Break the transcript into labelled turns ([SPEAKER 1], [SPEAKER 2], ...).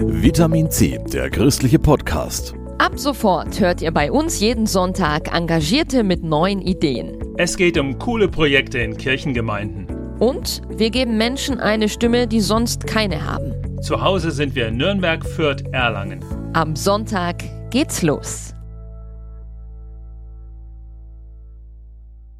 [SPEAKER 1] Vitamin C, der christliche Podcast.
[SPEAKER 2] Ab sofort hört ihr bei uns jeden Sonntag Engagierte mit neuen Ideen.
[SPEAKER 3] Es geht um coole Projekte in Kirchengemeinden.
[SPEAKER 2] Und wir geben Menschen eine Stimme, die sonst keine haben.
[SPEAKER 3] Zu Hause sind wir in Nürnberg, Fürth, Erlangen.
[SPEAKER 2] Am Sonntag geht's los.